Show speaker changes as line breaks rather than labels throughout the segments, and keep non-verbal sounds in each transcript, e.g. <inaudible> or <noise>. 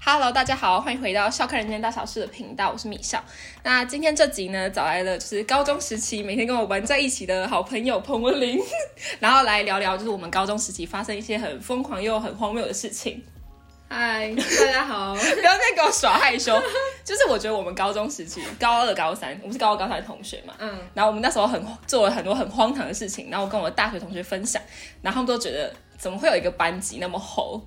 Hello，大家好，欢迎回到笑看人间大小事的频道，我是米笑。那今天这集呢，找来了就是高中时期每天跟我玩在一起的好朋友彭文林， <laughs> 然后来聊聊就是我们高中时期发生一些很疯狂又很荒谬的事情。 <laughs>
嗨，大家好，
不要再给我耍害羞，就是我觉得我们高中时期，高二、高三，我们是高二、高三的同学嘛，
嗯，
然后我们那时候很做了很多很荒唐的事情，然后我跟我的大学同学分享，然后他们都觉得怎么会有一个班级那么猴？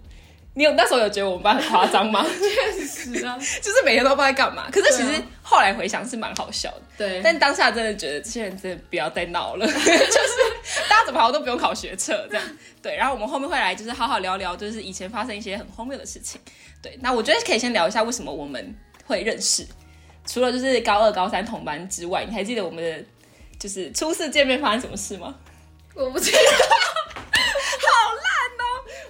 你有那时候有觉得我们班很夸张吗？
确实啊，
就是每天都不知道在干嘛。可是其实
对啊
后来回想是蛮好笑的，
对，
但当下真的觉得这些人真的不要再闹了，就是大家怎么好像都不用考学测这样。对，然后我们后面会来就是好好聊聊，就是以前发生一些很荒谬的事情。对，那我觉得可以先聊一下为什么我们会认识，除了就是高二、高三同班之外，你还记得我们的就是初次见面发生什么事吗？
我不记得，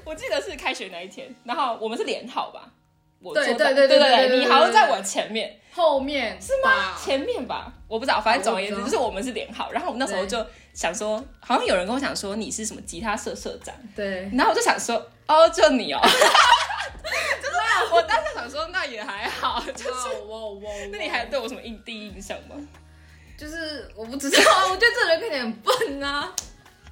我记得是开学那一天，然后我们是连号吧。我
对
坐在
对对
对
对对对对
你好像
对
在我前面，
后面是吗
前面吧，我不知道，反正总而言之
哦我
就
不
是
知
我们是连号，然后我们那时候就想说，好像有人跟我讲说你是什么吉他社社长，
对，
然后我就想说，哦，就 <laughs> 你哦，就是 <laughs> 我当时想说那也还好，就是
哇哇哇！
那你还对我什么印第一印象吗？
就是我不知道，我觉得这人看起来很笨啊。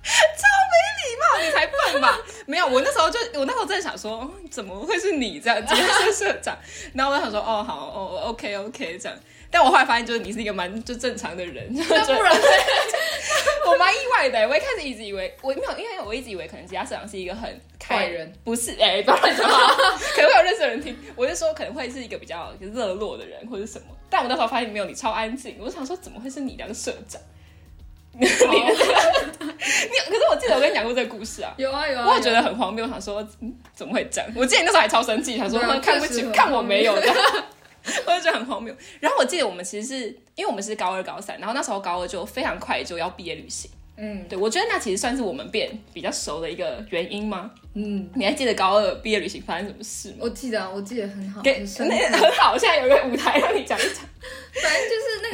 超没礼貌， <laughs> 你才笨
<laughs>
吧？没有，我那时候就我那时候真的想说，哦怎么会是你这样吉他社社长？然后我就想说，哦，好，哦，OK OK 这样，但我后来发现就是你是一个蛮就正常的人，就
<laughs> 那不然呢，
<laughs> 我蛮意外的，我一开始一直以为我没有，因为我一直以为可能吉他社长是一个很开
坏人，
不是哎、不要乱说话， <laughs> 可能会有认识的人听。我就说可能会是一个比较热络的人或者什么，但我那时候发现没有，你超安静，我就想说怎么会是你当社长？ <laughs> <laughs> 你的你有，可是我记得我跟你讲过这个故事啊。
哦有啊有啊，
我也觉
有
得很荒谬，我想说、嗯、怎么会这样？我记得你那时候还超生气，想说
对啊
看不
确实
起，
很
看我没有这
<laughs>
样，我就觉得很荒谬。然后我记得我们其实是因为我们是高二、高三，然后那时候高二就非常快就要毕业旅行。
嗯
对，我觉得那其实算是我们变比较熟的一个原因吗？
嗯，
你还记得高二毕业旅行发生什么事吗？
我记得啊我记得很好，
给 <laughs>
很深刻
那很好，现在有一个舞台让你讲一讲
反正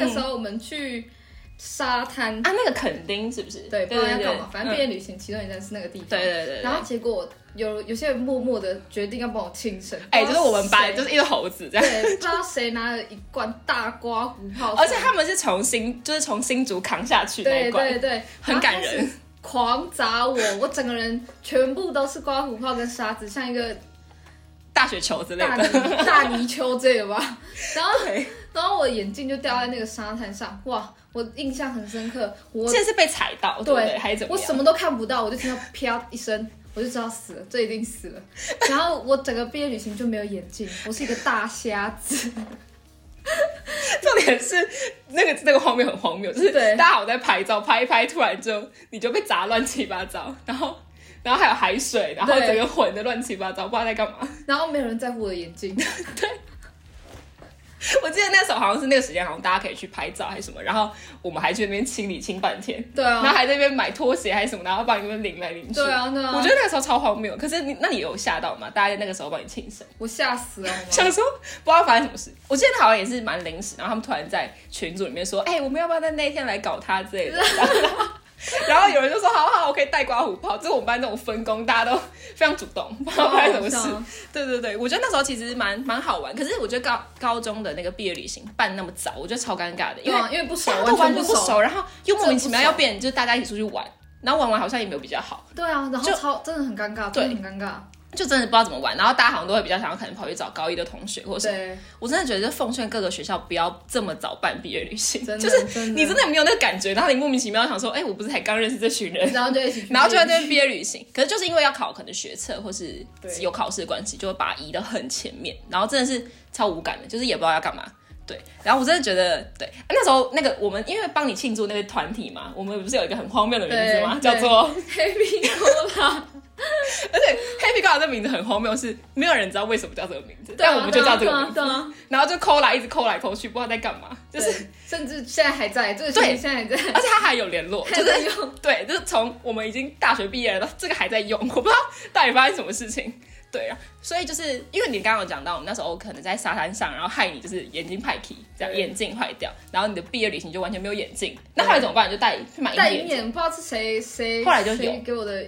就是那个时候我们去沙滩，
啊，那个垦丁是不是？
对，不知道要干嘛，
对
反正毕业
嗯
旅行其中一站是那个地方，
对对对对
然后结果有有些人默默的决定要帮我庆生，
哎、就是我们班
不知道谁
就是一个猴子这样。
对，不知道谁拿了一罐大瓜胡泡水，
而且他们是从新，就是从新竹扛下去那一
对
关，
对对，
很感
啊
人。。
狂砸我，我整个人全部都是刮胡泡跟沙子，像一个
大雪球之类
大泥
的。 <laughs>
大泥鳅这个吧。然后
对，
然后我眼镜就掉在那个沙滩上，哇，我印象很深刻。我
这是被踩到，对不对？还是怎么
我
样？
什么都看不到，我就听到啪一声，我就知道死了，这一定死
<laughs>
了。然后我整个毕业旅行就没有眼镜，我是一个大瞎子。
重点是那个那个画面很荒谬，就是
对
大家好像在拍照，拍一拍，突然就你就被砸乱七八糟， <laughs> 然后然后还有海水，然后
对
整个混的乱七八糟，不知道在干嘛。 <laughs>
然后没有人在乎我的眼镜，
我记得那时候好像是那个时间，好像大家可以去拍照还是什么，然后我们还去那边清理清半天。
对
然后
啊，
还在那边买拖鞋还是什么，然后帮你们领来领去。
对啊对啊
我觉得那个时候超荒谬。可是你，那你有吓到吗？大家在那个时候帮你庆生。
我吓死了，好吗？
想说不知道发生什么事，我记得好像也是蛮临时，然后他们突然在群组里面说，哎、我们要不要在那一天来搞他之类的， <laughs> 然后然后有人就说好啊好，我可以带刮胡泡，这是我们班这种分工，大家都非常主动，不知道发生什么
好好笑
事。对对对，我觉得那时候其实蛮蛮好玩，可是我觉得高高中的那个毕业旅行办那么早，我觉得超尴尬的，因
对
为
啊，因为不熟，
<laughs> 大家都
完
完
全
全
不
不
熟。
熟，然后又莫名其妙
真的
要
不熟
变，就是大家一起出去玩，然后玩完好像也没有比较好。
对啊，然后
就
超真的很尴尬，
对
真的很尴尬。
就真的不知道怎么玩，然后大家好像都会比较想要可能跑去找高一的同学或什么。
对，
我真的觉得，就奉劝各个学校不要这么早办毕业旅行，
真的
就是
真的
你真的没有那个感觉，然后你莫名其妙想说，哎、我不是才刚认识这群
<laughs>
人，
然后就一起
<laughs>
去，
然后就在那边毕业旅行。可是就是因为要考可能学测或是
对
有考试的关系，就会把它移得很前面，然后真的是超无感的，就是也不知道要干嘛。对，然后我真的觉得，对，啊那时候那个我们因为帮你庆祝那个团体嘛，我们不是有一个很荒谬的名字吗？
对
叫做，
<laughs> 黑皮
<laughs>
多啦，
而且黑皮高老这名字很荒谬，是没有人知道为什么叫这个名字，
对啊
但我们就叫这
对
个
啊
名字，
对啊，
然后就抠来一直抠来抠去，不知道在干嘛，就
对
是
甚至现在还在，这个
对
群体现在还在，
而且他还有联络，就
还在
是
<laughs> 用。
对，就是从我们已经大学毕业了，这个还在用，我不知道到底发生什么事情。对啊，所以就是因为你刚刚有讲到，我们那时候可能在沙滩上，然后害你就是眼睛派 key，这样
对
眼镜坏掉，然后你的毕业旅行就完全没有眼镜。那后来怎么办？你就戴去买
戴
一
银
眼镜。
眼，不知道是谁谁，
后来就有
谁给我的，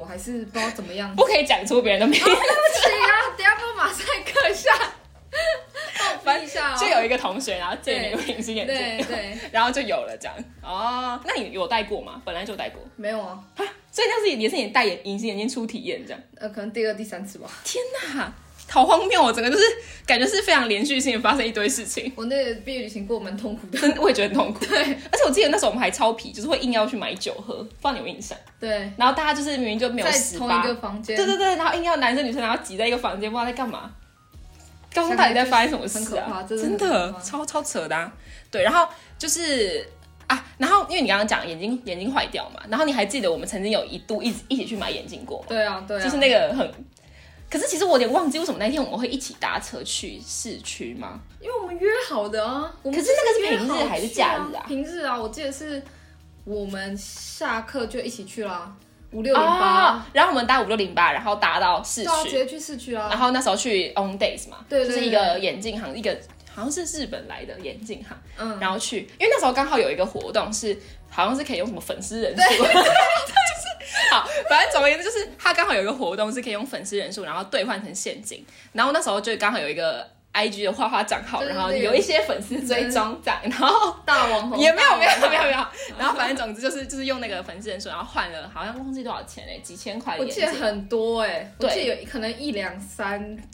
我还是不知道怎么样。
不可以讲出别人的名字，
对啊，等一下帮马赛克
<laughs>
一下，帮我逼一下、哦。
就有一个同学，然后借你隐形眼
对
镜，
对，
然后就有了这样。哦，那你有戴过吗？本来就有戴过，
没有啊，
所以那是也是你戴眼隐形眼镜初体验这样。
呃，可能第二、第三次吧。
天哪，好荒谬哦！整个就是感觉是非常连续性的发生一堆事
<laughs>
情，
我那个毕业旅行过得蛮痛苦的。
真的我也觉得很痛苦。对，而且我记得那时候我们还超皮，就是会硬要去买酒喝，不知道你有没有印象。
对，
然后大家就是明明就没有
在
十
同一
八，
个房间，
对对对，然后硬要男生女生，然后挤在一个房间，不知道在干嘛。高中到底在发生什么事
很可怕
啊？
真的
真
很可怕
超超扯的、啊。对，然后就是啊，然后因为你刚刚讲眼睛眼睛坏掉嘛，然后你还记得我们曾经有一度一直一起去买眼镜过吗？
对啊，对啊，
就是那个很。可是其实我有点忘记为什么那天我们会一起搭车去市区吗？
因为我们约好的啊。我们
可是那个是
约好
平日还是假日啊
去平日啊，我记得是我们下课就一起去啦，五六零八，
哦，然后我们搭五六零八，然后搭到市
啊对啊，直
区，
接去市区啊。
然后那时候去 On Days 嘛，
对对
就是一
对
个眼镜行，一个好像是日本来的眼镜行，
嗯，
然后去，因为那时候刚好有一个活动是，好像是可以用什么粉丝人数，就是 <laughs> 好，反正总而言之就是他刚好有一个活动是可以用粉丝人数，然后兑换成现金，然后那时候就刚好有一个 I G 的花花账号，
对对
然后
对
有一些粉丝追踪这样，然后
大网红
也没有没有没有没有，然后反正总之就是就是用那个粉丝人数，然后换了好像忘记多少钱嘞、几千块的
我
眼
记得
镜，
很多哎、我
对
记得有可能一两三差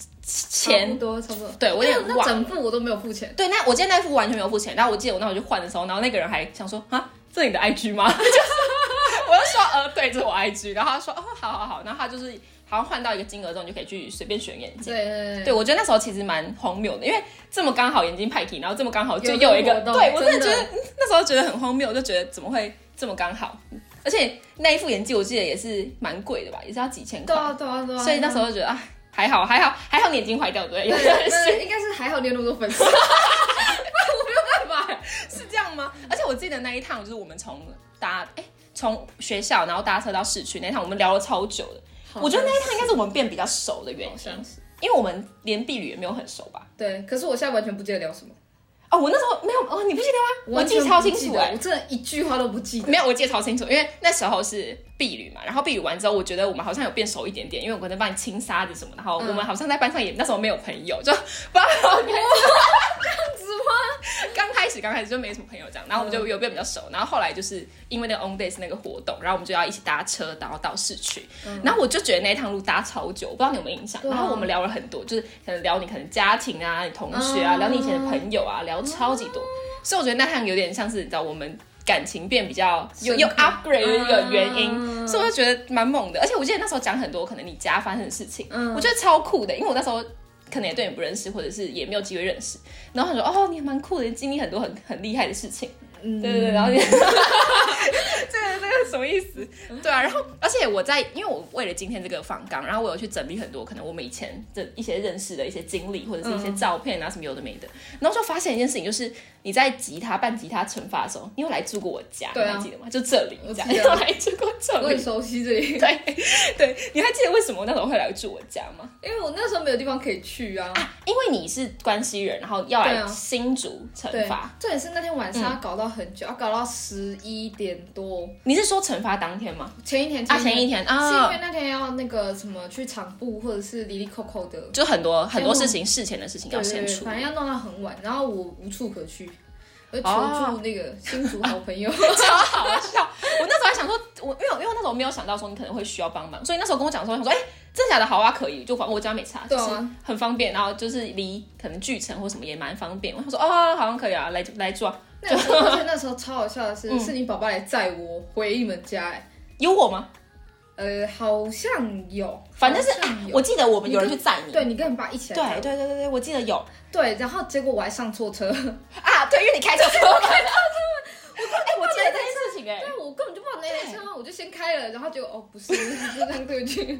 钱
不，多差不多。
对我有
因为
点
那
忘了。
整副我都没有付钱，
对，那我今天那副完全没有付钱，但我记得我那时候去换的时候，然后那个人还想说啊，这是你的 IG 吗？ <laughs> 就是我就说呃，对，这是我 IG，然后他说哦，好好好，然后他就是好像换到一个金额之后，你就可以去随便选眼镜。
对对
对，我觉得那时候其实蛮荒谬的，因为这么刚好眼睛派题，然后这么刚好就
有这
又
个
一个，
活动
对我真的
真的
觉得嗯那时候觉得很荒谬，我就觉得怎么会这么刚好？而且那一副眼镜我记得也是蛮贵的吧，也是要几千块，
对啊对啊对啊！
所以那时候就觉得啊，还好还好还好，你眼睛坏掉对不对？有
对
点 <laughs>
对
是
对应该是还好你有那么多粉丝，我没有办法。
是这样吗？而且我记得那一趟就是我们从搭哎从学校然后搭车到市区那一趟，我们聊了超久的。我觉得那一趟应该是我们变比较熟的原
好
因
像，是
因为我们连避旅也没有很熟吧？
对，可是我现在完全不记得聊什么，
哦，我那时候没有哦，你不记得吗？我
完
记
全
得超清
不记
楚
得
哎、
我真的一句话都不记得。
没有，我记得超清楚，因为那时候是避旅嘛，然后避旅完之后，我觉得我们好像有变熟一点点，因为我可能帮你清沙子什么，然后我们
嗯
好像在班上也那时候没有朋友，就
<laughs>
不知道这样子吗？刚开始刚开始就没什么朋友这样，然后我们就有变比较熟，然后后来就是因为那
<laughs>
个 on days 那个活动，然后我们就要一起搭车，然后到市区，然后我就觉得那一趟路搭超久，我不知道你有没有印象，
嗯对啊
然后我们聊了很多，就是可能聊你可能家庭啊，你同学啊，
嗯
聊你以前的朋友啊，聊超级多，所以我觉得那趟有点像是你知道我们感情变比较有
深
有
刻
upgrade 的一个原因，
嗯
所以我就觉得蛮猛的。而且我记得那时候讲很多可能你家发生的事情，
嗯
我觉得超酷的，因为我那时候可能也对你不认识，或者是也没有机会认识。然后他说：“哦，你还蛮酷的，经历很多很很厉害的事情。”
嗯
对对对，然后你 <laughs> 这个这个什么意思？对啊，然后而且我在，因为我为了今天这个访纲，然后我有去整理很多可能我们以前的一些认识的一些经历，或者是一些照片啊什么有的没的，然后就发现一件事情，就是你在吉他办吉他惩罚的时候，你有来住过我家，
对啊
你还记得吗？就这里，
我
这样
记
你
得
有 <laughs> 来住过这
我很
里。
熟悉这里， <laughs>
对对，你还记得为什么我那时候会来住我家吗？
因为我那时候没有地方可以去啊。
啊，因为你是关西人，然后要
对
来
啊
新竹惩
对
罚。，
重点是那天晚上要搞到很久，要搞到十一点多。
你是说惩罚当天吗？
前一天
啊，前一
天
天
是因
啊
为，那天要那个什么去场部或者是里里扣扣的，
就很多很多事情，事前的事情
对
要
对
先
对，
处
反
理。
正要弄到很晚，然后我无处可去，我就
哦
求助那个新竹好朋友。
<laughs> 超好笑！我那时候还想说，我因为我因为我那时候没有想到说你可能会需要帮忙，所以那时候跟我讲的时候，我想说，哎、真的假的？好啊，可以，就反正我家没差，就
对啊
是很方便，然后就是离可能巨城或什么也蛮方便。我想说，哦，好像可以啊，来来住啊，
那
<laughs>
时候而且那时候超好笑的是，
嗯
是你爸爸来载我回你们家、哎，
有我吗？
呃，好像有，
反正是
好像有
我记得我们有人去载你，
对你跟你爸一起来载
对对
我，
对对对，我记得有
对，然后结果我还上错车，
啊，对，因为你开车给我看到，哎，我记得这件事情哎、
但我根本就不知道哪台车，我就先开了，然后结果哦
<laughs>
不是，就这样对不起，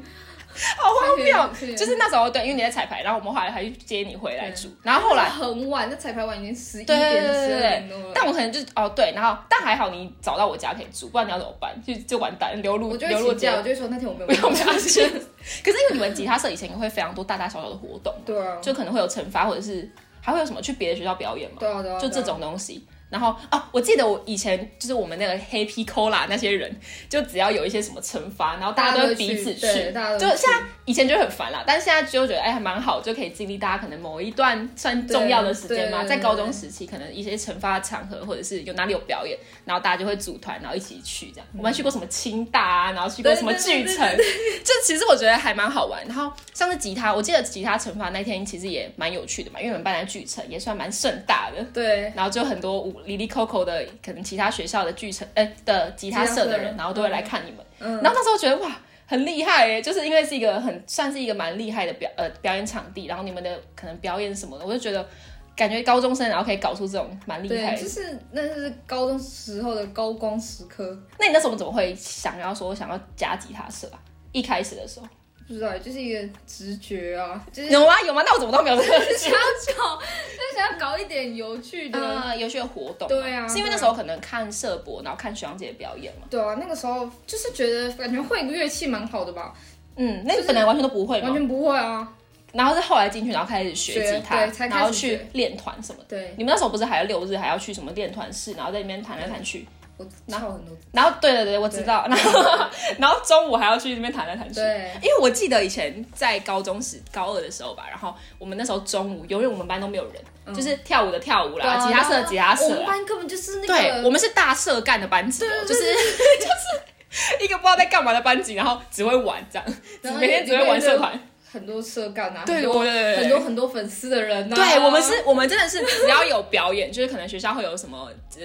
好荒谬
差一点
就是那时候对，因为你在彩排，然后我们后来还去接你回来
对
住，然后后来。
很晚，那彩排晚已经十一
对
点
对对
十
对对
二点多了，
但我可能就哦对，然后但还好你找到我家可以住，不然你要怎么办？就就完蛋，流入
我就
流
会
落
请假，我
街
就会说那天我没有
<laughs> 没有
办
家
法 <laughs>
去。可是因为你们吉他社以前也会非常多大大小小的活动，
对啊，
就可能会有惩罚，或者是还会有什么去别的学校表演嘛，
对啊对啊，
就
对
这
啊
种东西。然后啊，我记得我以前就是我们那个黑皮 cola 那些人，就只要有一些什么惩罚，然后大家都会彼此去，
对大家都
就
会去
现在以前就很烦啦，但是现在就觉得哎还蛮好，就可以经历大家可能某一段算重要的时间嘛，
对对
在高中时期可能一些惩罚场合或者是有哪里有表演，然后大家就会组团然后一起去这样。我们还去过什么清大啊，然后去过什么
对对
巨
对
城，这其实我觉得还蛮好玩。然后上次吉他，我记得吉他惩罚那天其实也蛮有趣的嘛，因为我们办在巨城也算蛮盛大的。
对，
然后就很多五里里扣扣的，可能其他学校的剧城，呃的吉他社的人，然后都会来看你们。
嗯
然后那时候觉得哇，很厉害耶，就是因为是一个很算是一个蛮厉害的表呃表演场地，然后你们的可能表演什么的，我就觉得感觉高中生然后可以搞出这种蛮厉害
对，
的
就。是那是高中时候的高光时刻，
那你那时候怎么会想要说想要加吉他社啊？一开始的时候
不知道，就是一个直觉啊，就是
有吗？有吗？那我怎么都没有这个
想要搞，就是想要搞一点有趣的。
呃有趣的活动吗。
嗯对啊
是因为
对啊
那时候可能看社博，然后看学长姐的表演嘛。
对啊，那个时候就是觉得感觉会乐器蛮好的吧，
嗯，那
就
你
是
本来完全都不会嘛
完。全不会啊。
然后是后来进去，然后开始学吉他，
学对才开始
然后去练团什么的。
对，
你们那时候不是还要六日还要去什么练团室，然后在里面弹来弹去，
我跳很多。
然后对对对，我知道。然后然后中午还要去那边弹来弹去。
对，
因为我记得以前在高中时高二的时候吧，然后我们那时候中午，永远我们班都没有人，就是跳舞的跳舞啦，
对啊
吉他社的吉他社
我
啦，
们班根本就是那
对，我
个，
们是大社干的班级哦、就是就是一个不知道在干嘛的班级，然后只会玩这样， <laughs> 只
然后
每天只会玩社团。
很多社干啊，
对
很多
对对对
很多很多粉丝的人啊。
对我们是，我们真的是只要有表
<laughs>
演，就是可能学校会有什么，呃，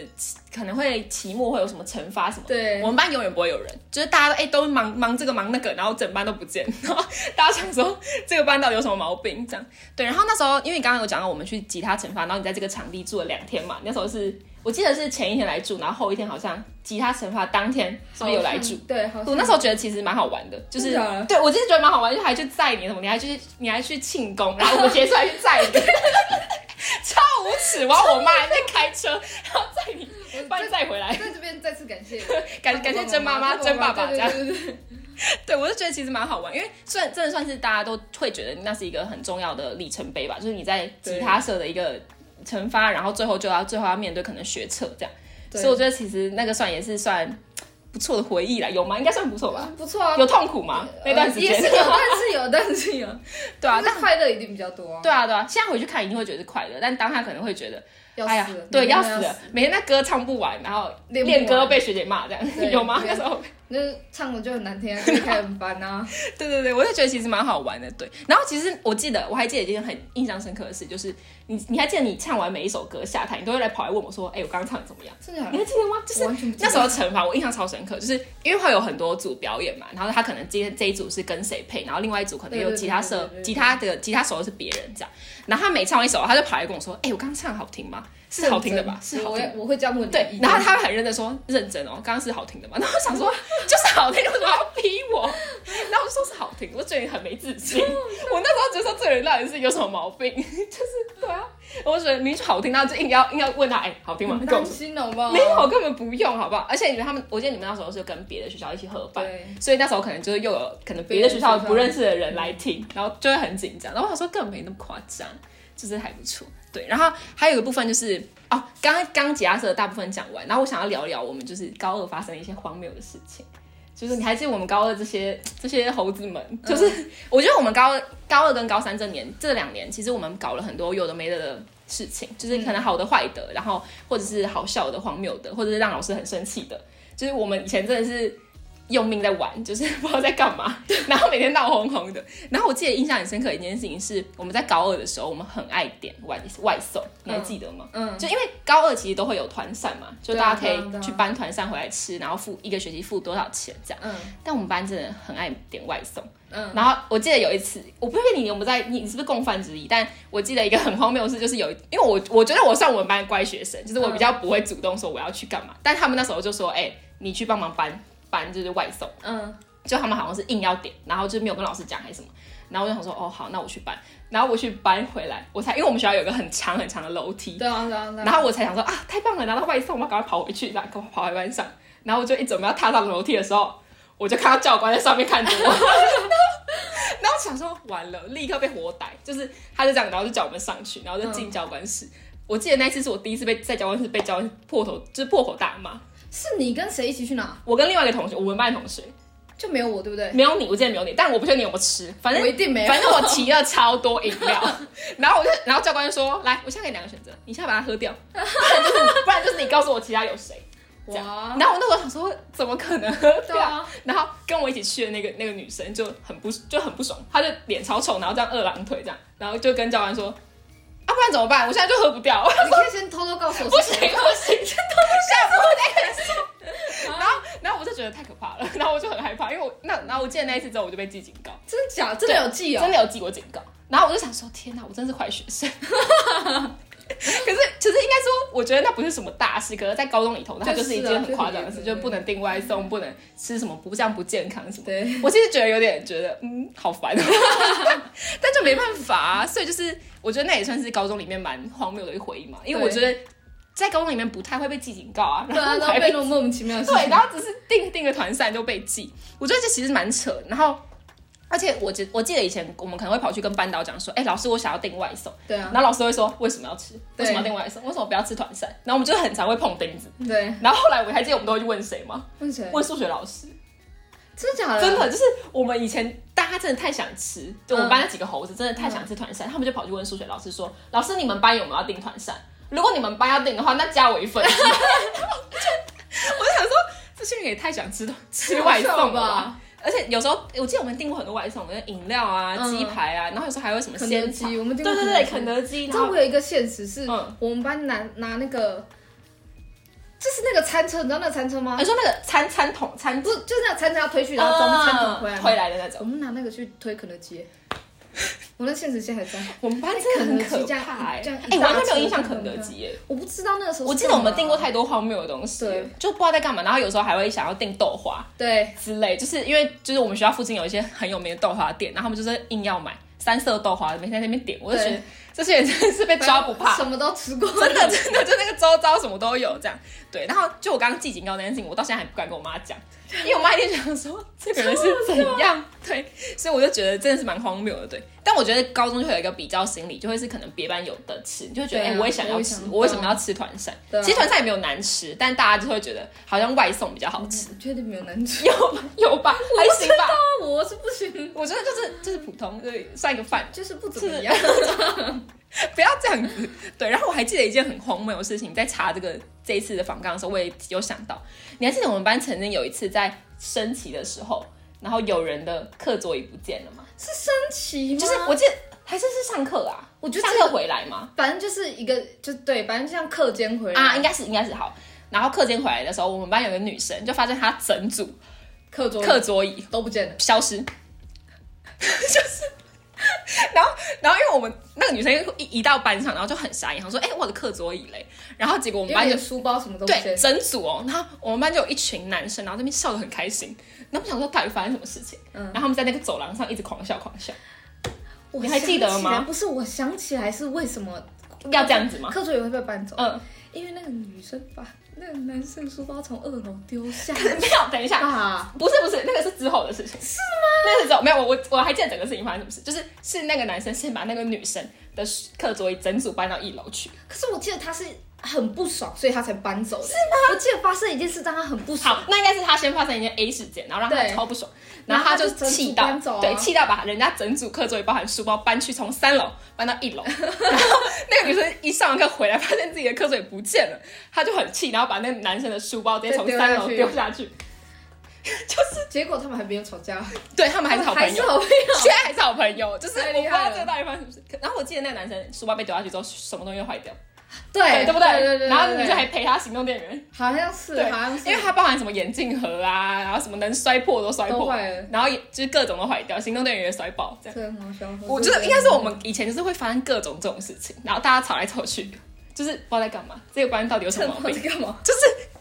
可能会期末会有什么惩罚什么的。
对
我们班永远不会有人，就是大家都哎、都忙忙这个忙那个，然后整班都不见， <laughs> 然后大家想说这个班到底有什么毛病这样。对，然后那时候因为你刚刚有讲到我们去吉他惩罚，然后你在这个场地住了两天嘛，那时候是我记得是前一天来住，然后后一天好像吉他惩罚当天是不是有来住？？
对，好像。
我那时候觉得其实蛮好玩的，就是
真的假的
对我真的觉得蛮好玩，就还去载你什么，你还去你还去庆功，然后我们结束还去载你， <laughs> 超无耻！然后我妈还在开车，然后载你，把你载回来，
在这边再次感谢，
<laughs> 感感谢甄妈妈、甄爸爸这
对
样。
对对对
对，我就觉得其实蛮好玩，因为算真的算是大家都会觉得那是一个很重要的里程碑吧，就是你在吉他社的一个惩罚，然后最后就要最后要面对可能学测这样，
对
所以我觉得其实那个算也是算不错的回忆啦，有吗？应该算不错吧。
不错啊。
<laughs> 有痛苦吗？那段时间
也是
<laughs>
有，但是有， <laughs> 但是有，
对啊，但
但快乐一定比较多啊。
对啊，对啊，现在回去看一定会觉得是快乐，但当下可能会觉得，
要
哎呀
死了，，
对，
每天
要
都
死了，每天那歌唱不完，然后
练不
练歌
完
被学姐骂，这样
对
有吗？
对
那时候，
就是唱的就很难听啊，就开很烦啊。
<laughs> 对对对，我就觉得其实蛮好玩的，对。然后其实我记得，我还记得一件很印象深刻的事，就是你你还记得你唱完每一首歌下台，你都会来跑来问我说，哎，我刚刚唱的怎么样？
真的假
你
的
还记得吗？就是
我完全不记得
那时候惩罚我印象超深刻，就是因为会有很多组表演嘛，然后他可能今天这一组是跟谁配，然后另外一组可能有吉他
对
社
对对对对对
吉他的吉他手是别人这样，然后他每唱一首，他就跑来跟我说：“哎、我刚刚唱好听吗？是好听的吧？是好
我
听。”
也我会这样问你的
对，
意见。
然后他会很认真说：“认真哦，刚刚是好听的嘛？”然后我想说：“就是好听，为什么要逼我？” <laughs> 然后我就说是好听，我觉得你很没自
<laughs>
信。我那时候觉得说这个人到底是有什么毛病？ <laughs> 就是对啊，我就觉得明明是好听，然后就硬要硬要问他：“哎、好听吗？”
很
跟我
担
说
心哦好不好？
没有，根本不用，好不好？而且你们他们，我记得你们那时候是跟别的学校一起合办
对，
所以那时候可能就是又有可能别的学校不认识的人来听，然后就会很紧张。然后我想说根本没那么夸张，就是还不错。对，然后还有一个部分就是哦，刚刚刚吉他社的大部分讲完，然后我想要聊聊我们就是高二发生的一些荒谬的事情。就是你还记得我们高二这些这些猴子们，就是、我觉得我们高二高二跟高三这年这两年，其实我们搞了很多有的没的的事情，
嗯
就是可能好的坏的，然后或者是好笑的、荒谬的，或者是让老师很生气的。就是我们以前真的是用命在玩，就是不知道在干
<laughs>
嘛，然后每天闹哄哄的。然后我记得印象很深刻的一件事情是，我们在高二的时候，我们很爱点外外送，你还记得吗？
嗯，
就因为高二其实都会有团扇嘛，就
对
大
啊
家可以
对啊对啊
去搬团扇回来吃，然后付一个学期付多少钱这样。
嗯
但我们班真的很爱点外送，
嗯，
然后我记得有一次，我不确定你有没有在，你你是不是共犯之一？但我记得一个很荒谬的事，就是有一，因为我我觉得我算我们班乖学生，就是我比较不会主动说我要去干嘛，但他们那时候就说，哎、你去帮忙搬搬就是外送，
嗯，
就他们好像是硬要点，然后就没有跟老师讲还是什么，然后我就想说，哦好，那我去搬，然后我去搬回来，我才因为我们学校有一个很长很长的楼梯，
对啊对啊对啊。
然后我才想说啊，太棒了，拿到外送，我要赶快跑回去，然后跑回班上。然后我就一准备要踏上楼梯的时候，我就看到教官在上面看着我，然 <laughs> 后然后
嗯
我想说完了，立刻被活逮，就是他就这样，然后就叫我们上去，然后就进教官室。我记得那一次是我第一次被在交换室被交换破头，就是破口大骂。
是你跟谁一起去拿？
我跟另外一个同学，我们班的同学，
就没有我，对不对？
没有你，我记得没有你，但我不确定你有没有吃，反正
我一定没有。
反正我提了超多饮料， <laughs> 然后我就，然后教官就说：“来，我现在给你两个选择，你现在把它喝掉，不然就是你不然就是你告诉我其他有谁。”这
哇，
然后我那时候想说，怎么可能 <laughs> 喝
对
掉？
啊，
然后跟我一起去的那个那个女生就很不就很不爽，她就脸超臭，然后这样二郎腿这样，然后就跟教官说：“啊，不然怎么办？我现在就喝不掉。”
你可以先偷偷告诉我，
<laughs> 不行不行，下播再
<laughs>
说。
啊
然后然后我就觉得太可怕了，然后我就很害怕，因为我那然后我记得那一次之后我就被记警告，
真的假的？真的有记哦
真。的有记过警告。然后我就想说，天哪，我真是坏学生。可是，其实应该说，我觉得那不是什么大事，可是，在高中里头，它就是一件很夸张的事，
就是啊就是
就不能订外送，不能吃什么不这样不健康什么的。
对，
我其实觉得有点觉得，嗯，好烦， <laughs> 但就没办法、啊，所以就是我觉得那也算是高中里面蛮荒谬的一回忆嘛，因为我觉得在高中里面不太会被记警告啊，
对啊，
然
然
后
后
还
被
被
那种莫名其妙的
<laughs>
事
对，
情。
然后只是定定个团散就被记，我觉得这其实蛮扯。然后，而且我记我记得以前我们可能会跑去跟班导讲说，哎、老师我想要订外送，
对啊
然，后老师会说为什么要吃，为
对
什么要订外送，为什么不要吃团散？然后我们就很常会碰钉子。
对，
然后后来我还记得我们都会去问谁吗？
问谁？
问数学老师。
真的假的？
真的就是我们以前大家真的太想吃，就
嗯
我们班那几个猴子真的太想吃团扇，他们就跑去问数学老师说：“老师，你们班有没有要订团扇？如果你们班要订的话，那加我一
<laughs>
份。”我就我就想说，这些人也太想吃了吃外送了
好笑
吧。而且有时候，我记得我们订过很多外送，我们饮料啊、
嗯
鸡排啊，然后有时候还有什么
肯德
鲜草，
基，我们
对
订过
对对，
肯
肯
德基。
德基，
你
然
知道
后
我有一个现实是
嗯，
我们班拿拿那个，就是那个餐车，你知道那个餐车吗
你？说那个餐餐桶餐啊
不，就是那个餐车要推去，然后装餐桶回来
嗯
吗。
回来的那
我
种，
们拿那个去推肯德基，我那现实线还在。
我们班真的很
肯德基
可
这样
怕哎、
这样
哎、
一
我
大
完全没有
车
印象
这样
肯德
欸很可
基耶、
我不知道那个时候。
我记得我们订过。太多荒谬的东西
对，
就不知道在干嘛。然后有时候还会想要订豆花
对，
之类，就是因为就是我们学校附近有一些很有名的豆花店，然后他们就是硬要买三色豆花，每天在那边点，我就觉得
对
这些人真的是被抓不怕
什。么都吃过。
真的，真的，就那个周遭什么都有这样，对。然后就我刚刚记警告那件事情，我到现在还不敢跟我妈讲，因为我妈一定想说这个人 <laughs> 是怎样，对。所以我就觉得真的是蛮荒谬的，对。但我觉得高中就会有一个比较心理，就会是可能别班有的吃，你就会觉得哎、
对啊
我也想
我
要
也
吃，
想
我为什么要吃团扇？
对啊
其实团扇也没有难吃，但大家就会觉得好像外送比较好吃，
确定没有难吃。
有吧 <laughs> 有吧，还行吧。
啊，我是不行，
嗯我觉得就是就是普通，就是算一个饭
就是不怎么样。
不要这样子。对，然后我还记得一件很荒谬的事情，在查这个这一次的访纲的时候，我也有想到，你还记得我们班曾经有一次在升旗的时候，然后有人的课桌椅不见了吗？
是升旗吗？
就是我记得还是是上课啊，
嗯我觉得
上
这个
课回来吗？
反正就是一个，就对，反正就像课间回来
啊，应该是应该是好。然后课间回来的时候，我们班有个女生就发现她整组
课桌
课桌椅
都不见了。
消失， <laughs> 就是，然后然后因为我们那个女生一一到班上，然后就很傻眼，想说，哎、我的课桌椅嘞，然后结果我们
因为
班
你
就
的书包什么都不
对
见，
整组哦，然后我们班就有一群男生，然后在那边笑得很开心，然后我想说到底发生什么事情，
嗯
然后他们在那个走廊上一直狂笑狂笑，
我
你还记得吗
想起来不是，我想起来是为什么
要这样子吗？
课桌也会被搬走，
嗯，
因为那个女生把那个男生书包从二楼丢
<laughs>
下
呃没有，等一下，
啊，
不是不是，那个是之后的事情，哦是吗？那是之后没有，我我我还记得整个事情发生什么事，就是是那个男生先把那个女生的课桌椅整组搬到一楼去，
可是我记得他是很不爽，所以他才搬走的，是吗？我记得发生一件事让他很不
好
爽，，
那应该是他先发生一件 A 事件，然后让他
对
超不爽，然
然后
后他
他
就
就整组
气到，
搬走啊
对，气到把人家整组课桌椅包含书包搬去从三楼搬到
<laughs>
一楼，然后那个女生一上完课回来，发现自己的课桌椅不见了，她就很气，然后把那个男生的书包直接从三楼
再
丢
丢
下去，就是
结果他们还没有吵架，
对 <laughs> 他们还是好朋
还是
友。
好朋友，
现在还是好朋友，就是
太
我不
厉
知
害
道
了
这个到底发生什么事。可然后我记得那个男生书包被丢下去之后，什么东西都坏掉，
对
对不
对对对，
然后
对
你就还赔他行动电源，
好像是
对，
好像是
因为它包含什么眼镜盒啊，然后什么能摔破都摔
都
破，
坏了，
然后也就是各种都坏掉，行动电源也摔爆，这样。
这很好笑。
我觉得应该是我们以前就是会发生各种这种事情，然后大家吵来吵去，就是不知道在干嘛，这个班到底有什
趁
么毛
我 <laughs> 在
病，
干嘛？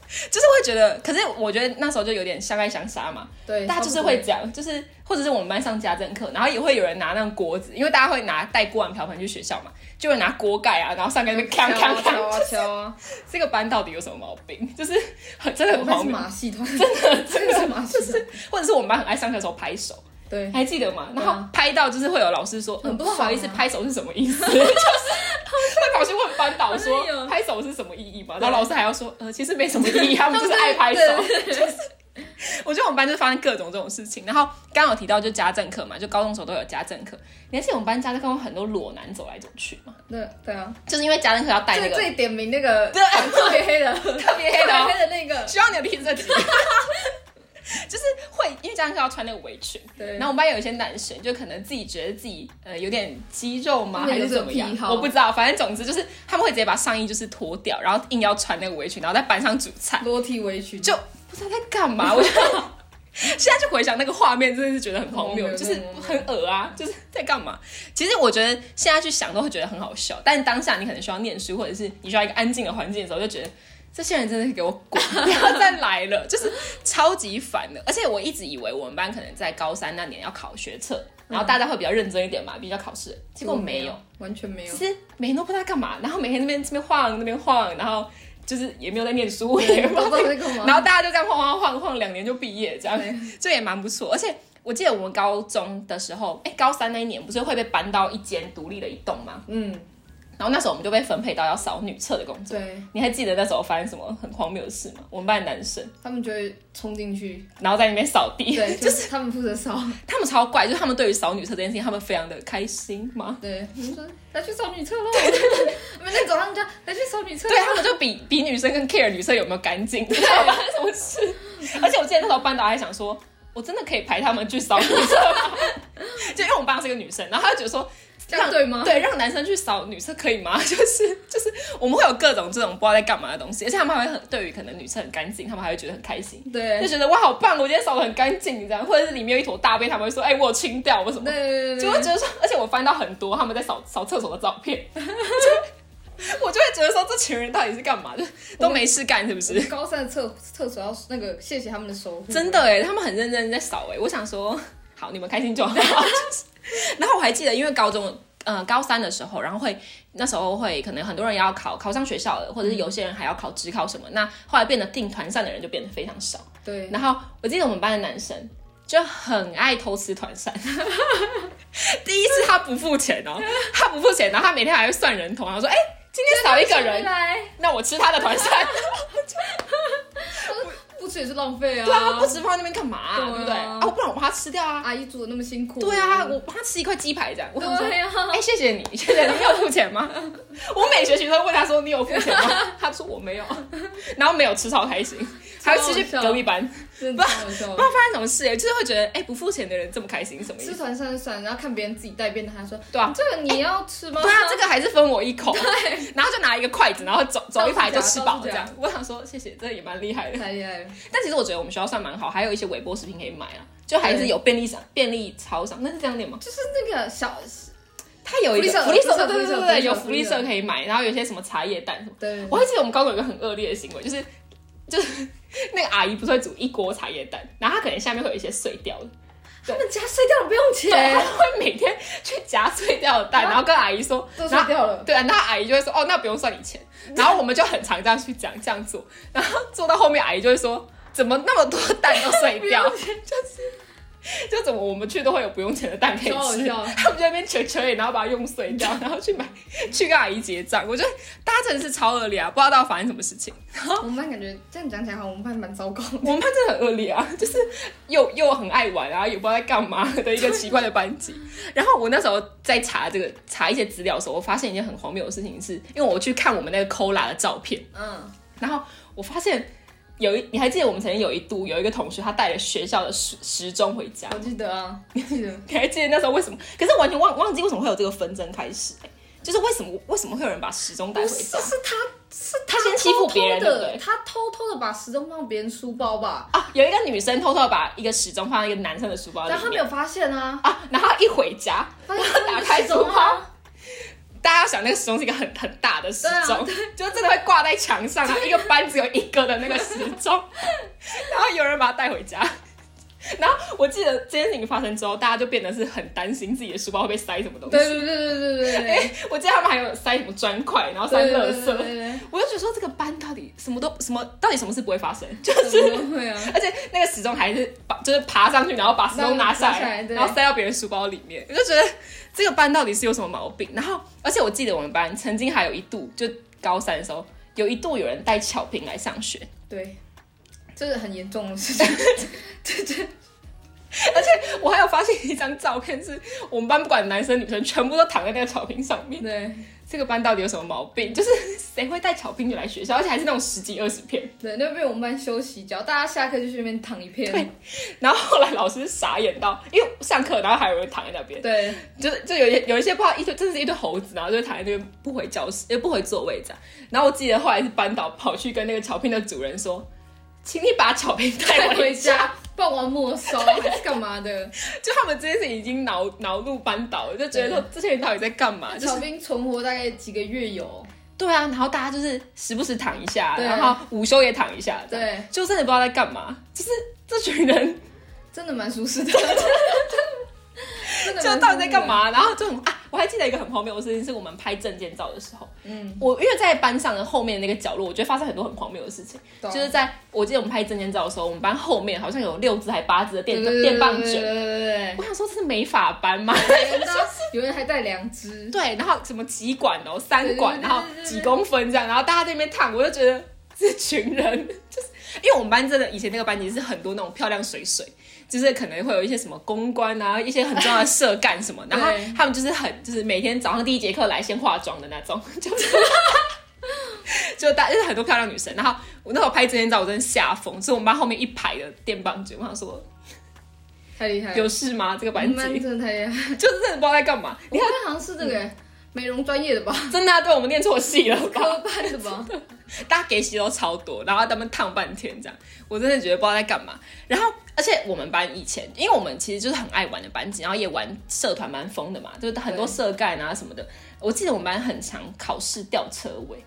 就是会觉得，可是我觉得那时候就有点相爱相杀嘛，
对，
大家就是会
啊
这样，就是或者是我们班上家政课，然后也会有人拿那种锅子，因为大家会拿带锅碗瓢盆去学校嘛，就会拿锅盖啊，然后上课那边
敲
锵锵
啊敲
锵，
啊
<laughs>
敲啊，
这个班到底有什么毛病？就是很真的
我
很
们
荒
是
谬。
马戏团，真的 <laughs> 真的是马戏团，
或者是我哎们班很爱上课的时候拍手，
对
你，还记得吗？
对
然
啊
后拍到就是会有老师说，
很
嗯
不
不
爽啊 <laughs>
好意思，拍手是什么意思？会跑去问班导
好像
说
有
拍手是什么意义嘛？然后老师还要说，呃，其实没什么意义，他们就是爱拍手。 <laughs> 就是我觉得我们班就发生各种这种事情。然后刚刚有提到就家政课嘛，就高中时候都有家政课。你还记得我们班家政课有很多裸男走来走去嘛？
对对啊，
就是因为家政课要带那
最
个
最点名那个
<laughs> 对
特
<laughs>
别黑的，特
别黑的哦
黑的那个，
希望你有听这集。 <laughs> 就是会，因为家政课要穿那个围裙，
对
然后我们班有一些男生，就可能自己觉得自己呃有点肌肉嘛，
他们
还
有
是怎么样
这种癖，好
我不知道。反正总之就是他们会直接把上衣就是脱掉，然后硬要穿那个围裙，然后在班上煮菜，
裸体围裙，
就不知道在干嘛。我就现在就回想那个画面，真的是觉得很荒
很荒
谬，
谬
就是很恶啊，就是在干嘛？其实我觉得现在去想都会觉得很好笑，但当下你可能需要念书，或者是你需要一个安静的环境的时候，就觉得。这些人真的是给我滚，不要再来了， <laughs> 就是超级烦的。而且我一直以为我们班可能在高三那年要考学测，然后大家会比较认真一点嘛，比较考试。结果没有，，
完全没有
其。实每天都不知道干嘛，然后每天那边这边晃那边晃，然后就是也没有在念书，
嗯
也不知道在
不知道在干嘛
然后大家就这样晃晃晃晃，两年就毕业，这样
对
<laughs> 这也蛮不错。而且我记得我们高中的时候，哎，高三那一年不是会被搬到一间独立的一栋吗？
嗯，
然后那时候我们就被分配到要扫女厕的工作。
对
你还记得那时候发生什么很荒谬的事吗？我们班的男生，
他们就会冲进去，
然后在那边扫地，
对，
<laughs> 就
就是是他们负责扫，
<laughs> 他们超怪，就是他们对于扫女厕这件事情，他们非常的开心嘛。
对，我们说来去扫女厕喽，我们在走廊就来去扫女厕，
对他们就比比女生更 care 女生有没有干净，不知道发生什么事。 <laughs> 而且我记得那时候班导还想说，我真的可以排他们去扫女厕吗？
<laughs>
就因为我们班是一个女生，然后他就觉得说。
这样
让
对吗
对，让男生去扫女厕可以吗？ <laughs> 就是就是，我们会有各种这种不知道在干嘛的东西，而且他们还会很对于可能女生很干净，他们还会觉得很开心，
对
就觉得哇好棒，我今天扫的很干净这样，或者是里面有一坨大便，他们会说哎、我有清掉我什么的，
对对
就会
对
觉得说，而且我翻到很多他们在扫扫厕所的照片， <laughs> 就我就会觉得说，这群人到底是干嘛？就都没事干是不
对，
是？
高三的厕厕所要那个谢谢他们的守护，
真的哎，他们很认真在扫哎，我想说，好，你们开心就好。 <laughs> 就是然后我还记得，因为高中。呃，高三的时候，然后会那时候会可能很多人要考考上学校了，或者是有些人还要考职考什么。那后来变得订团扇的人就变得非常少。
对，
然后我记得我们班的男生就很爱偷吃团扇。 <laughs> 第一次他不付钱哦，他不付钱，然后他每天还会算人头，然后说：“哎、今天少一个
回
人，
来，
那我吃他的团扇。
不吃也是浪费”啊，
对啊，不吃放在那边干嘛、
对啊
对不对？啊，我不然我把它吃掉啊。
阿姨煮的那么辛苦，
对啊，我帮他吃一块鸡排这样。我想说，
对
哎、
啊
谢谢你，谢谢你，你有付钱吗？ <laughs> 我每学期都问他说：“你有付钱吗？” <laughs> 他说：“我没有。”然后没有吃，超开心，还会吃去
超好笑
隔壁班。
真的超好笑
不知。道发生什么事、哎，就是会觉得，哎、不付钱的人这么开心，什么意
吃
思？
团扇就算，然后看别人自己带便当，他说
对啊，
这个你要吃吗？
对啊，这个还是分我一口， <laughs> 对，然后就拿一个筷子，然后走走一排就吃饱
到处
这
夹
样。我想说，谢谢，这也蛮厉害的。
太厉害了，
但其实我觉得我们学校算蛮好，还有一些微波食品可以买啊，就还是
对
有便利商、便利超商，那是这样念吗？
就是那个小
它有一个
福
福
利
利
社
社，对对
福利社
对对
福利
对，
社
有
福
福
利
利
社
社可以买，然后有些什么茶叶蛋什么。
对，
我还记得我们高中有一个很恶劣的行为，就是就是那个阿姨不是会煮一锅茶叶蛋，然后她可能下面会有一些碎掉的，
他们家碎掉了不用
对，他
钱，
会每天去夹碎掉的蛋，
啊
然后跟阿姨说，
都
然
碎
后
掉了，
对啊，那阿姨就会说，哦，那不用算你钱。然后我们就很常这样去讲，这样做，然后做到后面，阿姨就会说，怎么那么多蛋都碎掉？ <laughs> 就是就怎么我们去都会有不用钱的蛋可以
超好
吃，
笑
他们就在那边捶捶，然后把它用碎
<laughs>
掉，然后去买去跟阿姨结账。我觉得大家真的是超恶劣啊，不知道到底发生什么事情。
我们班感觉这样讲起来，好像我们班蛮糟糕的。
我们班真的很恶劣啊， <laughs> 就是又又很爱玩啊，也不知道在干嘛的一个奇怪的班
<laughs>
级。然后我那时候在查这个查一些资料的时候，我发现一件很荒谬的事情是，因为我去看我们那个 Cola 的照片，
嗯，
然后我发现有一，你还记得我们曾经有一度有一个同学，他带了学校的时时钟回家，
我记得啊，我记得，
你还记得那时候为什么？可是完全忘忘记为什么会有这个纷争开始、欸就是为什么为什么会有人把时钟带
不
回
是
家？
是他是
他先欺负别人
偷偷
对
的，
不对
他偷偷的把时钟放别人书包吧，
啊，有一个女生偷偷地把一个时钟放在一个男生的书包里
然后他没
面
有发现啊，
啊，然后一回家，
发现他
打开
时钟
书包
啊，
大家要想那个时钟是一个很很大的时
对
钟，
啊
就真的会挂在墙啊
<laughs>
上，然后一个班只有一个的那个时钟，然后有人把它带回家，然后我记得这件事情发生之后，大家就变得是很担心自己的书包会被塞什么东西。
对对对对对对，
我记得他们还有塞什么砖块，然后塞
对
垃
对
圾。
对对
我就觉得说这个班到底什么都什么，到底什么事不会发生？就
对，怎么会啊？
而且那个时钟还是把就是爬上去，然后把时钟拿下
拿下
来，
来对
然后塞到别人书包里面，我就觉得这个班到底是有什么毛病。然后，而且我记得我们班曾经还有一度，就高三的时候，有一度有人带巧瓶来上学，
对，这是很严重的事情。
我还有发现一张照片，是我们班不管男生女生全部都躺在那个草坪上面。
对
这个班到底有什么毛病？就是谁会带巧瓶来学校，而且还是那种十几二十片。
对，那被我们班休息角，大家下课就去那边躺一片。
对然后后来老师傻眼到，因为上课然后还有人躺在那边，
对
就是就有一些有一些不知道一堆真的是一堆猴子，然后就躺在那边不回教室，也不回座位这样。然后我记得后来是班导跑去跟那个巧瓶的主人说。请你把巧瓶带
带
回
回
家。
家，不然我要没收还是干嘛的？
就他们这件事情已经恼恼怒班导了，就觉得说这些人到底在干嘛？就是
小兵存活大概几个月有，
对啊，然后大家就是时不时躺一下，
对
然后午休也躺一下，这样，
对，
就真的不知道在干嘛。就是这群人
真的蛮舒适的。真
就
的蛮舒适的
到底在干？嘛？然后就很啊，我还记得一个很荒谬的事情，是我们拍证件照的时候，
嗯，
我因为在班上的后面那个角落，我觉得发生很多很荒谬的事情。
懂
就是在我记得我们拍证件照的时候，我们班后面好像有六只还八只的电
对对对
电棒
对
卷。
对对对
我想说这是美法班吗？
对，有人到有人还带两只，
对，然后什么几管哦，三管，
对对对
然后几公分这样，然后大家在那边烫，我就觉得这群人就是，因为我们班真的以前那个班级是很多那种漂亮水水，就是可能会有一些什么公关啊，一些很重要的社干什么，然后
对
他们就是很就是每天早上第一节课来先化妆的那种， <laughs> 就是。就大就是很多漂亮女生，然后我那时候拍这件照，我真的吓疯，是我们班后面一排的电棒卷，我想说
太厉害了。
有事吗？这个
我
班
们
级 <laughs>
班真的太厉害，
就是真的不知道在干嘛。
我
你
们班好像是那个美容专业的吧，
看，真的、啊、对我们念错戏了吧？
科班的吧？
大家给洗都超多，然后他们烫半天这样，我真的觉得不知道在干嘛。然后，而且我们班以前，因为我们其实就是很爱玩的班级，然后也玩社团蛮疯的嘛，就是很多
对
社干啊什么的。我记得我们班很常考试吊车尾，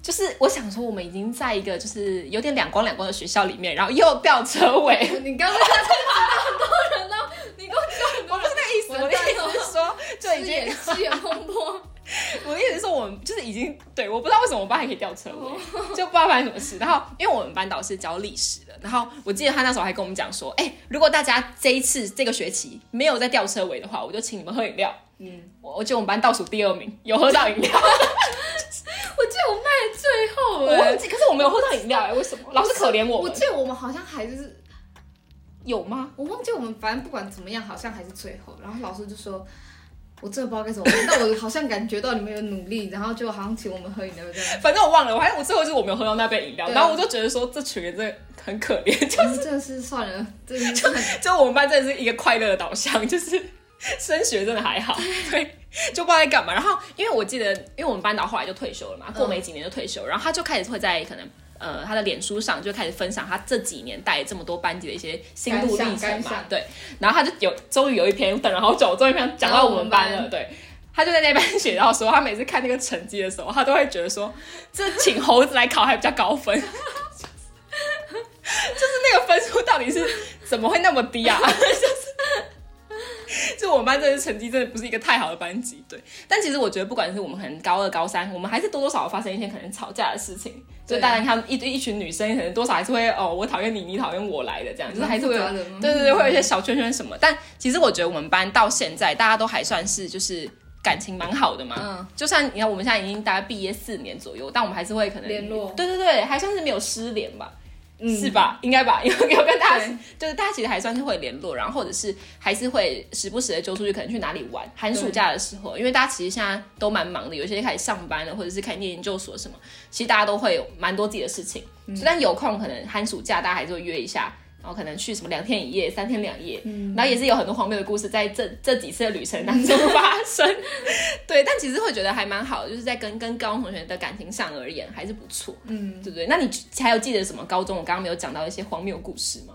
就是我想说，我们已经在一个就是有点两光两光的学校里面，然后又吊车尾，
<laughs> 你刚刚在攻击到很多人哦，你攻击到很
我
多
不是
人，
那意思，
完
我的
蛋了
意思是说，就已
视
经
野，视野风波。
我的意思是说，我们就是已经对，我不知道为什么我们班还可以吊车尾， <laughs> 就不知道发生什么事。然后，因为我们班导是教历史的，然后我记得他那时候还跟我们讲说，哎、如果大家这一次这个学期没有在吊车尾的话，我就请你们喝饮料。
嗯，
我我记得我们班倒数第二名有喝到饮料，
我记得我卖最
<laughs> <laughs>
后
我忘
哎，
记，可是我没有喝到饮料哎、为什 <laughs> 么？老师可怜我
我
们，
记得我们好像还是
有吗？
我忘记我们反正不管怎么样，好像还是最后。然后老师就说：“我真的不知道该怎么办，但我好像感觉到你们有努力，然后就好像请我们喝饮料这
<laughs>
样。
反正我忘了，我还我最后就是我没有喝到那杯饮料，
对啊
然后我就觉得说这群人真的很可怜，就
嗯”真的是算了，真的是很
就我们班真的是一个快乐的导向，就是升学真的还好，对，就不知道在干嘛。然后因为我记得，因为我们班导后来就退休了嘛，过没几年就退休，然后他就开始会在可能。呃，他的脸书上就开始分享他这几年带这么多班级的一些心路历
感想
程
感
嘛
想，
对。然后他就有终于有一篇，我等了好久，终于篇讲到我们班
讲到我
了，
们
对。他就在那边写到说，他每次看那个成绩的时候，他都会觉得说，这请猴子来考还比较高分， <laughs> 就是那个分数到底是怎么会那么低啊？ <laughs> 就是就我们班真的成绩真的不是一个太好的班级，对。但其实我觉得，不管是我们可能高二、高三，我们还是多多少少发生一些可能吵架的事情。就
对
大家看一一群女生，可能多少还是会哦，我讨厌你，你讨厌我来的这样，就是
嗯
还是会有
蛮复杂的吗
对对对，会有一些小圈圈什么。但其实我觉得我们班到现在大家都还算是就是感情蛮好的嘛。
嗯
就算你看我们现在已经大概毕业四年左右，但我们还是会可能
联络
对对对，还算是没有失联吧。
嗯
<laughs> 是？吧？应该吧， <laughs> 有有跟大家
对，
就是大家其实还算是会联络，然后或者是还是会时不时的揪出去，可能去哪里玩。寒暑假的时候，因为大家其实现在都蛮忙的，有些开始上班了，或者是开始念研究所什么，其实大家都会有蛮多自己的事情。所以但有空，可能寒暑假大家还是会约一下，然后可能去什么两天一夜、三天两夜，然后也是有很多荒谬的故事在这这几次的旅程当中发生。对，但其实会觉得还蛮好的，就是在跟跟高中同学的感情上而言还是不错。
嗯，
对不对？那你还有记得什么高中我刚刚没有讲到一些荒谬故事吗？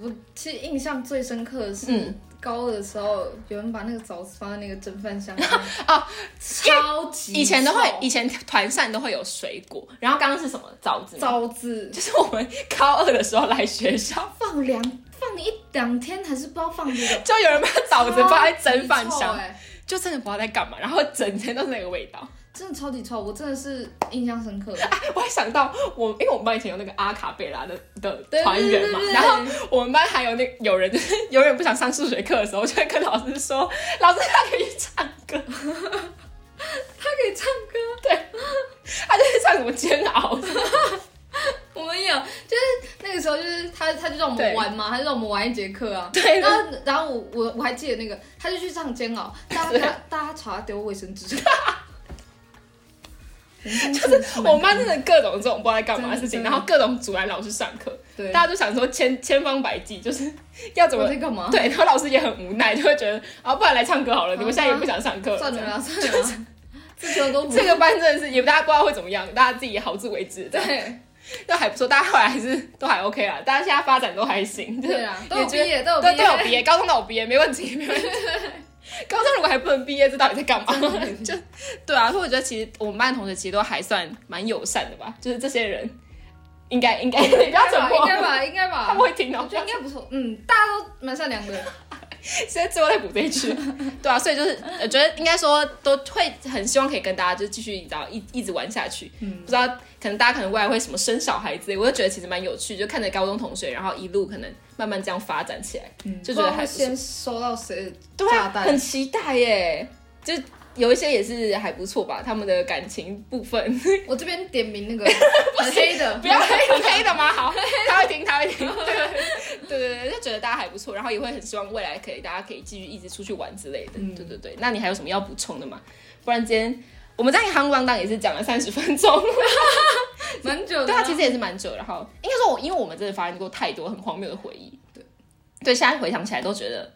我嗯其实印象最深刻的是
嗯
高二的时候，有人把那个枣子放在那个蒸饭箱里
<laughs> 哦，
超级
以前都会，
臭
以前团扇都会有 <laughs> 水果，然后刚刚是什么枣子吗？
枣子
就是我们高二的时候来学校，
放狗粮放一两天还是不知道放多久，
就有人把 <laughs> 枣子放在蒸饭
超级臭
上，
欸
就真的不知道在干嘛，然后整天都是那个味道。
真的超级臭，我真的是印象深 <laughs> 刻。
我还想到我，因为我们班以前有那个阿卡贝拉的的
对
团员嘛
对对对，对
然后我们班还有那有人就是 <laughs> 永远不想上数学课的时候，就会跟老师说：“老师，他可以唱歌，
他可以唱歌，
他就是唱什么煎熬。 <laughs>
我们也有，就是那个时候就是他他就让我们
对
玩嘛，他就让我们玩一节课啊”。
对，
然后，然后我我我还记得那个，他就去唱煎熬，大家
对
大家大家朝他丢卫生纸，
<laughs>
就是
我们班真的各种这种不知道在干嘛的事
真
情，
的
然后各种阻拦老师上课，
对，
大家就想说千千方百计，就是要怎
我
么
在干嘛？
对，然后老师也很无奈，就会觉得啊，不然来唱歌好了，
好
你们现在也不想上课了，
算
这
了
样
啦，算了啦，这球都不
这个班真的是也大家不知道会怎么样，大家自己也好自为之，对，
对 <laughs>
那还不错，大家后来还是都还 OK 啦，大家现在发展都还行，就是
对啊，都有
也
毕
觉得
业，都有毕
对
业，
都有毕业，高中都有毕业，没问题，没问题。 <laughs> 高中如果还不能毕业，这到底在干嘛？ <laughs> 就 <laughs> 对啊，所以我觉得其实我们班的同学其实都还算蛮友善的吧，就是这些人应该应该你 <laughs> 不要沉默
应，该吧，应该
他们
吧，应该吧
会听到哦
我。觉得应该不错，嗯，大家都蛮善良的，
现在之后再补这一 <laughs> 句，对啊，所以就是我觉得应该说都会很希望可以跟大家就继续你知道一一直玩下去，
嗯
不知道可能大家可能未来会什么生小孩之类，我就觉得其实蛮有趣，就看着高中同学，然后一路可能慢慢这样发展起来，嗯就觉得还
会
不错
先收到谁的
对啊
炸，弹
很期待耶，就有一些也是还不错吧，他们的感情部分，
我这边点名
<laughs>
那个很黑的，
不要黑黑的吗？好，他会听，他会听， <laughs> 对对对对，就觉得大家还不错，然后也会很希望未来可以大家可以继续一直出去玩之类的，
嗯
对对对。那你还有什么要补充的吗？不然今天我们这样夯不啷当也是讲了三十分钟，
蛮久的。
对啊，其实也是蛮久的。然后应该说我，因为我们真的发生过太多很荒谬的回忆，对对，现在回想起来都觉得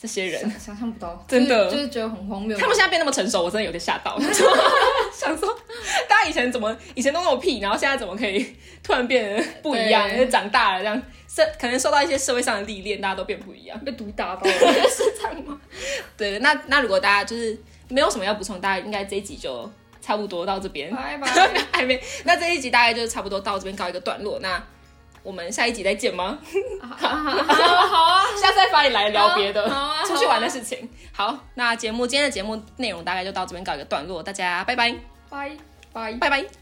这些人
想想象不到，
真的
就是就是觉得很荒谬。
他们现在变那么成熟，我真的有点吓 <laughs> 到，想说大家以前怎么以前都那么屁，然后现在怎么可以突然变得不一样？
对
因为长大了这样，社可能受到一些社会上的历练，大家都变不一样，
被毒打到了，
是这样吗？ <laughs> 对，那那如果大家就是没有什么要补充，大家应该这一集就差不多到这边，
拜
<laughs>
拜。
还没，那这一集大概就差不多到这边告一个段落，那。我们下一集再见吗？
好啊好啊，
<laughs> 下次再发你来 <laughs> 聊别的
好啊好啊
出去玩的事情。好，那节目今天的节目内容大概就到这边告一个段落，大家拜拜，
拜拜。
拜拜。